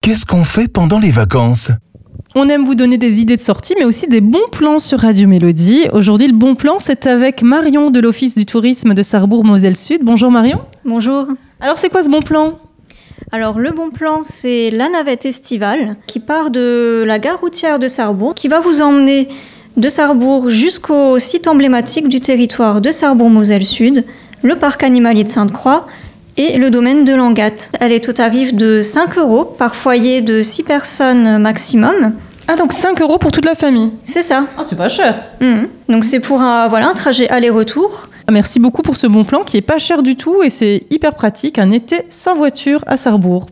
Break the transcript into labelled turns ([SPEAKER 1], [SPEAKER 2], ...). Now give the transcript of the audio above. [SPEAKER 1] Qu'est-ce qu'on fait pendant les vacances
[SPEAKER 2] On aime vous donner des idées de sortie, mais aussi des bons plans sur Radio Mélodie. Aujourd'hui, le bon plan, c'est avec Marion de l'Office du tourisme de Sarrebourg-Moselle-Sud. Bonjour Marion.
[SPEAKER 3] Bonjour.
[SPEAKER 2] Alors, c'est quoi ce bon plan
[SPEAKER 3] Alors le bon plan, c'est la navette estivale qui part de la gare routière de Sarrebourg, qui va vous emmener de Sarrebourg jusqu'au site emblématique du territoire de Sarrebourg-Moselle-Sud, le parc animalier de Sainte-Croix et le domaine de Langatte. Elle est au tarif de 5 euros par foyer de 6 personnes maximum.
[SPEAKER 2] Ah, donc 5 euros pour toute la famille.
[SPEAKER 3] C'est ça.
[SPEAKER 2] Ah, c'est pas cher.
[SPEAKER 3] Mhm. Donc c'est pour un, voilà, un trajet aller-retour.
[SPEAKER 2] Ah, Merci beaucoup pour ce bon plan qui est pas cher du tout et c'est hyper pratique, un été sans voiture à Sarrebourg.